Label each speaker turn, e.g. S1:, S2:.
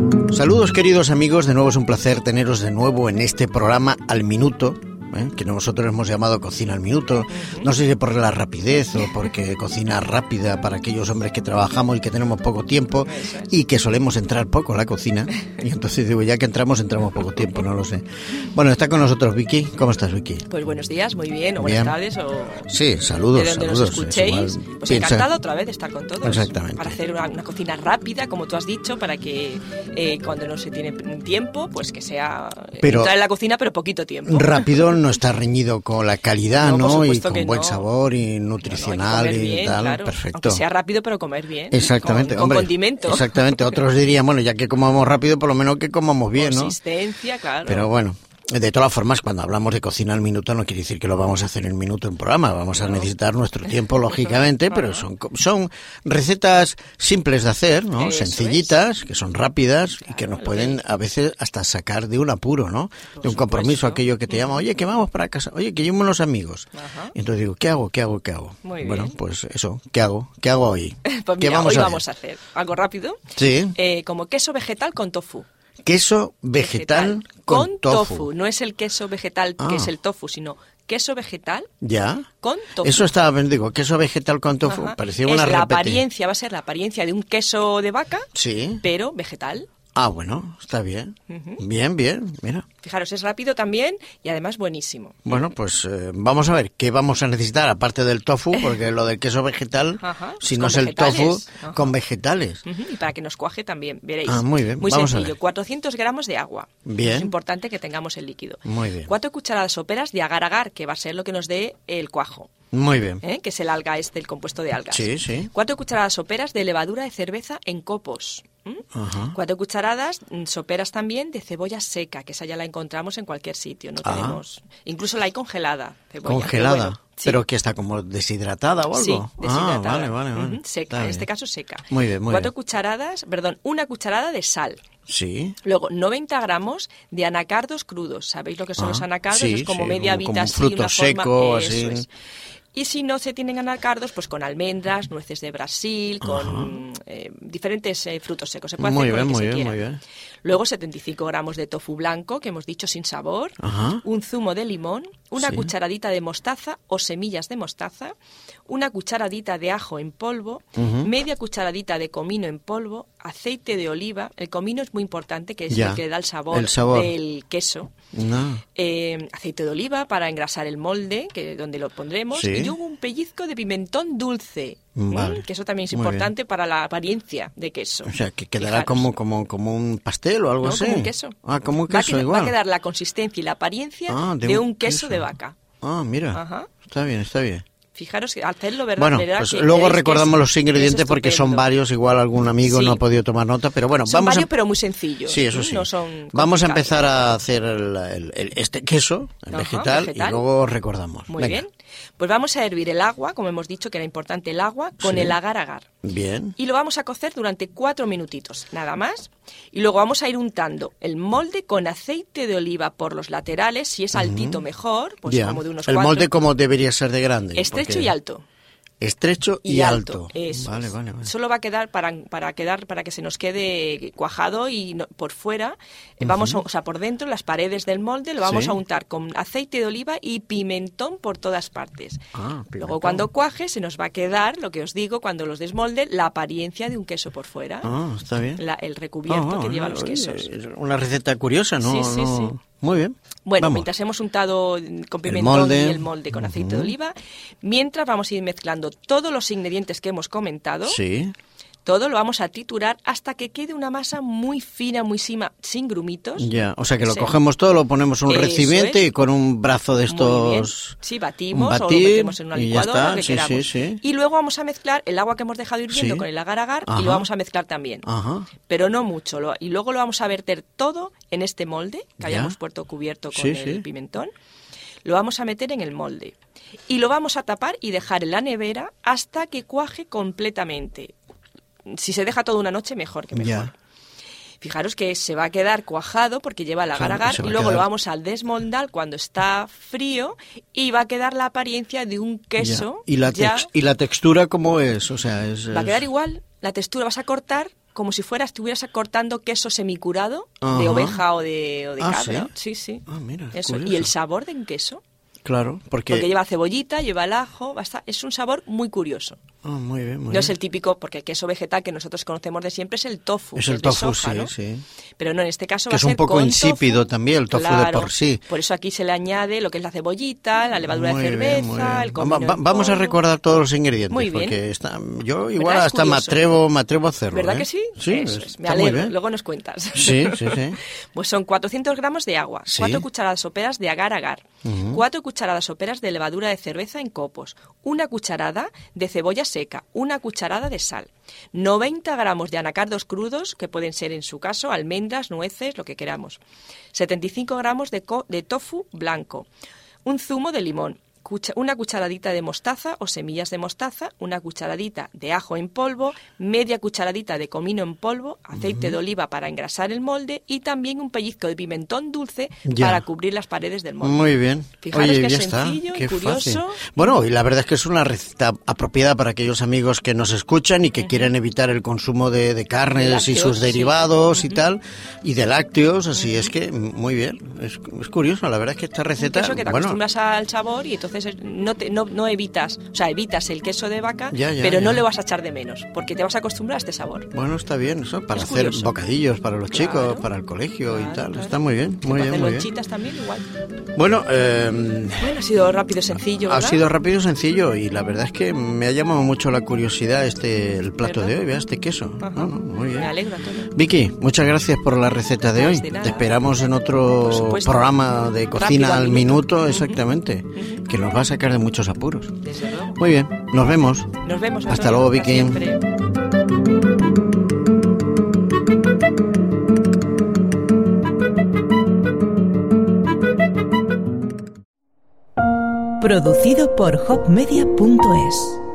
S1: Bienvenidos queridos amigos, de nuevo es un placer teneros de nuevo en este programa al minuto. ¿eh? que nosotros hemos llamado cocina al minuto, no sé si por la rapidez o porque cocina rápida para aquellos hombres que trabajamos y que tenemos poco tiempo y que solemos entrar poco a la cocina. Y entonces digo, ya que entramos, entramos poco tiempo, no lo sé. Bueno, está con nosotros Vicky. ¿Cómo estás, Vicky?
S2: Pues buenos días, muy bien, o
S1: Bien.
S2: buenas tardes, o
S1: Sí, saludos,
S2: de donde
S1: saludos.
S2: nos escuchéis.
S1: Es igual.
S2: Pues
S1: Sí,
S2: encantado
S1: exacto.
S2: otra vez de estar con todos.
S1: Exactamente.
S2: Para hacer una, una cocina rápida, como tú has dicho, para que eh, cuando no se tiene tiempo, pues que sea eh,
S1: Pero-
S2: entrar en la cocina, pero poquito tiempo.
S1: Rápido no está reñido con la calidad,
S2: No, por
S1: ¿no? Y
S2: supuesto
S1: con
S2: que
S1: buen
S2: no.
S1: sabor y
S2: No, no, hay que
S1: nutricional
S2: comer
S1: y
S2: bien,
S1: tal.
S2: claro.
S1: Perfecto.
S2: Aunque sea rápido, pero comer bien.
S1: Exactamente,
S2: Con, con
S1: hombre.
S2: condimento.
S1: Exactamente, otros dirían, bueno, ya que comamos rápido, por lo menos que comamos bien, ¿no?
S2: Consistencia, claro.
S1: Pero bueno, de todas formas, cuando hablamos de cocina al minuto, no quiere decir que lo vamos a hacer en minuto en programa. Vamos a necesitar nuestro tiempo, lógicamente, pero son, co- son recetas simples de hacer, ¿no?
S2: Eso es.
S1: Sencillitas, que son rápidas y que nos
S2: lo
S1: pueden a veces hasta sacar de un apuro, ¿no? De un compromiso,
S2: supuesto.
S1: aquello que te llama, oye, que vamos para casa, oye, que llevo unos amigos.
S2: Ajá.
S1: Y entonces digo, ¿qué hago? ¿Qué hago? ¿Qué hago?
S2: Muy
S1: bueno,
S2: bien.
S1: pues eso, ¿qué hago? ¿Qué hago hoy?
S2: Pues
S1: ¿Qué
S2: mira,
S1: vamos
S2: hoy
S1: a hacer?
S2: vamos a hacer algo rápido.
S1: Sí,
S2: Eh, como queso vegetal con tofu.
S1: queso vegetal, con, tofu.
S2: No es el queso vegetal
S1: Ah.
S2: que es el tofu, sino queso vegetal
S1: ¿Ya?
S2: con tofu.
S1: Eso estaba, ben- digo, queso vegetal con tofu.
S2: Ajá.
S1: Parecía
S2: es
S1: una
S2: la
S1: repeti-
S2: apariencia, va a ser la apariencia de un queso de vaca,
S1: Sí.
S2: pero vegetal.
S1: Ah, bueno, está bien. Bien, bien, mira.
S2: Fijaros, es rápido también y además buenísimo.
S1: Bueno, pues eh, vamos a ver qué vamos a necesitar aparte del tofu, porque lo del queso vegetal,
S2: Ajá,
S1: si
S2: pues
S1: no
S2: con
S1: es el tofu,
S2: vegetales. Ajá.
S1: con vegetales.
S2: Ujú, Y para que nos cuaje también, veréis.
S1: Ah, muy bien,
S2: Muy
S1: vamos a
S2: sencillo,
S1: ver.
S2: 400 gramos de agua.
S1: Bien.
S2: Es importante que tengamos el líquido.
S1: Muy bien.
S2: Cuatro cucharadas soperas de agar-agar, que va a ser lo que nos dé el cuajo.
S1: Muy bien.
S2: ¿eh? que es el alga este, el compuesto de algas.
S1: Sí, sí.
S2: Cuatro cucharadas soperas de levadura de cerveza en copos. ¿m?
S1: Ajá.
S2: Cuatro cucharadas mm, soperas también de cebolla seca, que esa ya la encontramos en cualquier sitio. No
S1: Ah.
S2: tenemos, incluso la hay congelada. Cebolla,
S1: Congelada.
S2: Pero, bueno, sí.
S1: Pero que está como deshidratada o algo.
S2: Sí,
S1: Ah,
S2: deshidratada.
S1: vale, vale, vale.
S2: Ujú, Seca,
S1: Está
S2: en
S1: bien.
S2: este caso seca.
S1: Muy bien, muy
S2: Cuatro
S1: bien.
S2: cucharadas, perdón, una cucharada de sal.
S1: Sí.
S2: Luego, 90 gramos de anacardos crudos. ¿Sabéis lo que son
S1: Ah,
S2: los anacardos?
S1: sí,
S2: es como
S1: sí,
S2: media
S1: como- como
S2: vida
S1: un
S2: así,
S1: fruto
S2: una forma-
S1: seco,
S2: eso
S1: así.
S2: es. Y si no se tienen anacardos, pues con almendras, nueces de Brasil, con eh, diferentes eh, frutos secos. Se puede
S1: Muy
S2: hacer
S1: bien,
S2: con el
S1: muy
S2: que se
S1: bien,
S2: quiera.
S1: muy bien.
S2: Luego 75 gramos de tofu blanco, que hemos dicho sin sabor,
S1: Ajá.
S2: un zumo de limón, una
S1: Sí.
S2: cucharadita de mostaza o semillas de mostaza, una cucharadita de ajo en polvo, media cucharadita de comino en polvo, aceite de oliva. El comino es muy importante, que es
S1: Ya,
S2: el que le da el sabor,
S1: el sabor.
S2: del queso.
S1: No.
S2: Eh, aceite de oliva para engrasar el molde, que donde lo pondremos,
S1: Sí.
S2: y luego un pellizco de pimentón dulce, ¿m?
S1: Vale.
S2: que eso también es
S1: Muy bien.
S2: importante para la apariencia de queso.
S1: O sea, que quedará
S2: Fijaros.
S1: como, como, como un pastel o algo
S2: No,
S1: así.
S2: como un queso.
S1: Ah, como un
S2: Va a
S1: queso
S2: quedar-
S1: igual.
S2: Va a quedar la consistencia y la apariencia
S1: Ah,
S2: de, un, queso, de vaca.
S1: Ah, mira.
S2: Ajá.
S1: Está bien, está bien.
S2: Fijaros, que al hacerlo, ¿verdad?
S1: Bueno,
S2: Verá
S1: pues
S2: que
S1: luego
S2: veréis que
S1: recordamos
S2: es-
S1: los ingredientes
S2: es
S1: porque son
S2: estupendo.
S1: varios, igual algún amigo
S2: Sí.
S1: no ha podido tomar nota, pero bueno,
S2: Son
S1: vamos
S2: varios,
S1: a...
S2: pero muy sencillos.
S1: Sí, eso sí.
S2: No son
S1: Vamos a
S2: complicados.
S1: empezar a hacer el- el- el- este queso, el
S2: Ajá,
S1: vegetal, y
S2: vegetal.
S1: luego recordamos.
S2: Muy
S1: Venga.
S2: bien. Pues vamos a hervir el agua, como hemos dicho que era importante el agua, con
S1: Sí.
S2: el agar-agar.
S1: Bien.
S2: Y lo vamos a cocer durante cuatro minutitos, nada más. Y luego vamos a ir untando el molde con aceite de oliva por los laterales, si es altito mejor, pues
S1: Ya.
S2: como de unos
S1: el
S2: cuatro.
S1: molde como debería ser de grande.
S2: Estrecho
S1: porque-
S2: y alto.
S1: Estrecho y, alto.
S2: Eso
S1: Vale,
S2: es.
S1: vale, vale.
S2: Solo va a quedar para, para quedar para que se nos quede cuajado y no- por fuera eh, vamos a- o sea por dentro las paredes del molde lo vamos
S1: Sí.
S2: a untar con aceite de oliva y pimentón por todas partes.
S1: Ah, pimentón.
S2: Luego cuando cuaje se nos va a quedar lo que os digo cuando los desmolde la apariencia de un queso por fuera,
S1: Ah, está bien.
S2: la- el recubierto
S1: Ah,
S2: que
S1: ah,
S2: lleva
S1: ah,
S2: los
S1: oye,
S2: quesos.
S1: es Una receta curiosa, ¿no?
S2: Sí, sí,
S1: no-
S2: sí.
S1: Muy bien.
S2: Bueno,
S1: Vamos.
S2: mientras hemos untado mm, con
S1: El
S2: pimentón
S1: molde.
S2: y el molde con aceite de oliva, mientras vamos a ir mezclando todos los ingredientes que hemos comentado.
S1: Sí.
S2: Todo lo vamos a triturar hasta que quede una masa muy fina, muy sima, sin grumitos.
S1: Ya, o sea que lo
S2: Sí.
S1: cogemos todo, lo ponemos en un
S2: pues, Eso
S1: recipiente
S2: es.
S1: y con un brazo de
S2: Muy bien.
S1: estos.
S2: Sí, batimos
S1: un
S2: o
S1: batir,
S2: lo metemos en una
S1: y ya
S2: licuadora,
S1: está.
S2: lo que
S1: sí,
S2: queramos.
S1: sí, sí.
S2: Y luego vamos a mezclar el agua que hemos dejado hirviendo
S1: Sí.
S2: con el agar-agar y
S1: Ajá.
S2: lo vamos a mezclar también.
S1: Ajá.
S2: Pero no mucho. lo- y luego lo vamos a verter todo en este molde que
S1: Ya.
S2: habíamos puesto cubierto con
S1: Sí,
S2: el
S1: sí.
S2: pimentón. Lo vamos a meter en el molde. Y lo vamos a tapar y dejar en la nevera hasta que cuaje completamente. Si se deja toda una noche, mejor que mejor.
S1: Ya.
S2: Fijaros que se va a quedar cuajado porque lleva el
S1: Claro,
S2: agar
S1: se va
S2: y
S1: a
S2: luego
S1: quedar-
S2: lo vamos al desmoldar cuando está frío y va a quedar la apariencia de un queso.
S1: Ya. ¿Y, la
S2: ya
S1: tex- ¿Y la textura cómo es? O sea, es.
S2: va a
S1: es-
S2: quedar igual. La textura vas a cortar como si fuera estuvieras cortando queso semicurado de
S1: Ajá.
S2: oveja o de, o de
S1: Ah,
S2: cabra. Sí, sí.
S1: Ah, mira,
S2: Eso.
S1: curioso.
S2: Y el sabor del queso,
S1: Claro, porque...
S2: porque lleva cebollita, lleva el ajo, basta. es un sabor muy curioso.
S1: Ah, muy bien, muy
S2: No
S1: bien.
S2: es el típico, porque el queso vegetal que nosotros conocemos de siempre es el tofu.
S1: Es
S2: que
S1: el
S2: de
S1: tofu,
S2: soja,
S1: sí,
S2: ¿no?
S1: sí.
S2: Pero no, en este caso
S1: Que
S2: va
S1: es
S2: a
S1: un
S2: ser
S1: poco
S2: con
S1: insípido
S2: tofu.
S1: también, el tofu de
S2: Claro.
S1: por sí.
S2: Por eso aquí se le añade lo que es la cebollita, la levadura
S1: Muy
S2: de
S1: bien,
S2: cerveza,
S1: muy bien.
S2: el
S1: Va-
S2: comino
S1: va-
S2: en
S1: Vamos a
S2: polvo.
S1: recordar todos los ingredientes,
S2: Muy bien.
S1: porque está- yo igual
S2: es
S1: hasta me
S2: curioso?
S1: atrevo, me atrevo a hacerlo.
S2: ¿Verdad
S1: ¿eh?
S2: que sí?
S1: Sí,
S2: Eso es. Me
S1: está muy
S2: alegro.
S1: bien.
S2: Luego nos cuentas.
S1: Sí, sí, sí.
S2: Pues son 400 gramos de agua,
S1: Sí.
S2: 4 cucharadas soperas de agar-agar, 4 cucharadas soperas de levadura de cerveza en copos, 1 cucharada de cebolla seca, 1 cucharada de sal, 90 gramos de anacardos crudos, que pueden ser en su caso almendras, nueces, lo que queramos, 75 gramos de, co- de tofu blanco, un zumo de limón, cucha- una cucharadita de mostaza o semillas de mostaza, una cucharadita de ajo en polvo, media cucharadita de comino en polvo, aceite de oliva para engrasar el molde y también un pellizco de pimentón dulce
S1: Ya. Mm,
S2: para cubrir las paredes del molde.
S1: Muy bien.
S2: Fijaros
S1: Oye,
S2: qué
S1: ya
S2: sencillo
S1: está.
S2: y
S1: Qué fácil.
S2: curioso.
S1: Bueno, y la verdad es que es una receta apropiada para aquellos amigos que nos escuchan y que quieren evitar el consumo de, de carnes y
S2: lácteos,
S1: sus
S2: sí.
S1: derivados y tal, y de lácteos. Así es que, m- muy bien. Es, es curioso, la verdad es que esta
S2: Un
S1: receta.
S2: queso que te
S1: bueno,
S2: acostumbras al sabor y entonces es- no, te- no, no evitas, o sea, evitas el queso de vaca,
S1: Ya, ya,
S2: pero no
S1: ya.
S2: le vas a echar de menos, porque te vas a acostumbrar a este sabor.
S1: Bueno, está bien, eso para
S2: Es
S1: hacer
S2: curioso.
S1: bocadillos para los
S2: Claro.
S1: chicos, para el colegio y
S2: Claro,
S1: tal.
S2: claro.
S1: Está muy bien,
S2: Se
S1: muy
S2: puede
S1: bien,
S2: hacer
S1: muy bien.
S2: lonchitas también igual.
S1: Bueno, eh,
S2: Bueno, ha sido rápido y sencillo,
S1: ha
S2: ¿verdad?
S1: sido rápido y sencillo y la verdad es que me ha llamado mucho la curiosidad este el plato
S2: ¿Verdad?
S1: de hoy, vea este queso.
S2: Ajá.
S1: No, no, muy bien.
S2: Me alegro, Antonio.
S1: Vicky, muchas gracias por la receta de
S2: Pues
S1: hoy.
S2: de nada.
S1: Te esperamos en
S2: Por
S1: otro
S2: supuesto.
S1: programa de cocina
S2: Rápido al
S1: al
S2: minuto.
S1: minuto, exactamente, que nos va a sacar de muchos apuros.
S2: Desde luego.
S1: Muy bien, nos vemos.
S2: Nos vemos.
S1: Hasta
S2: Antonio.
S1: luego, Vicky.
S2: siempre.
S3: Producido por hopmedia.es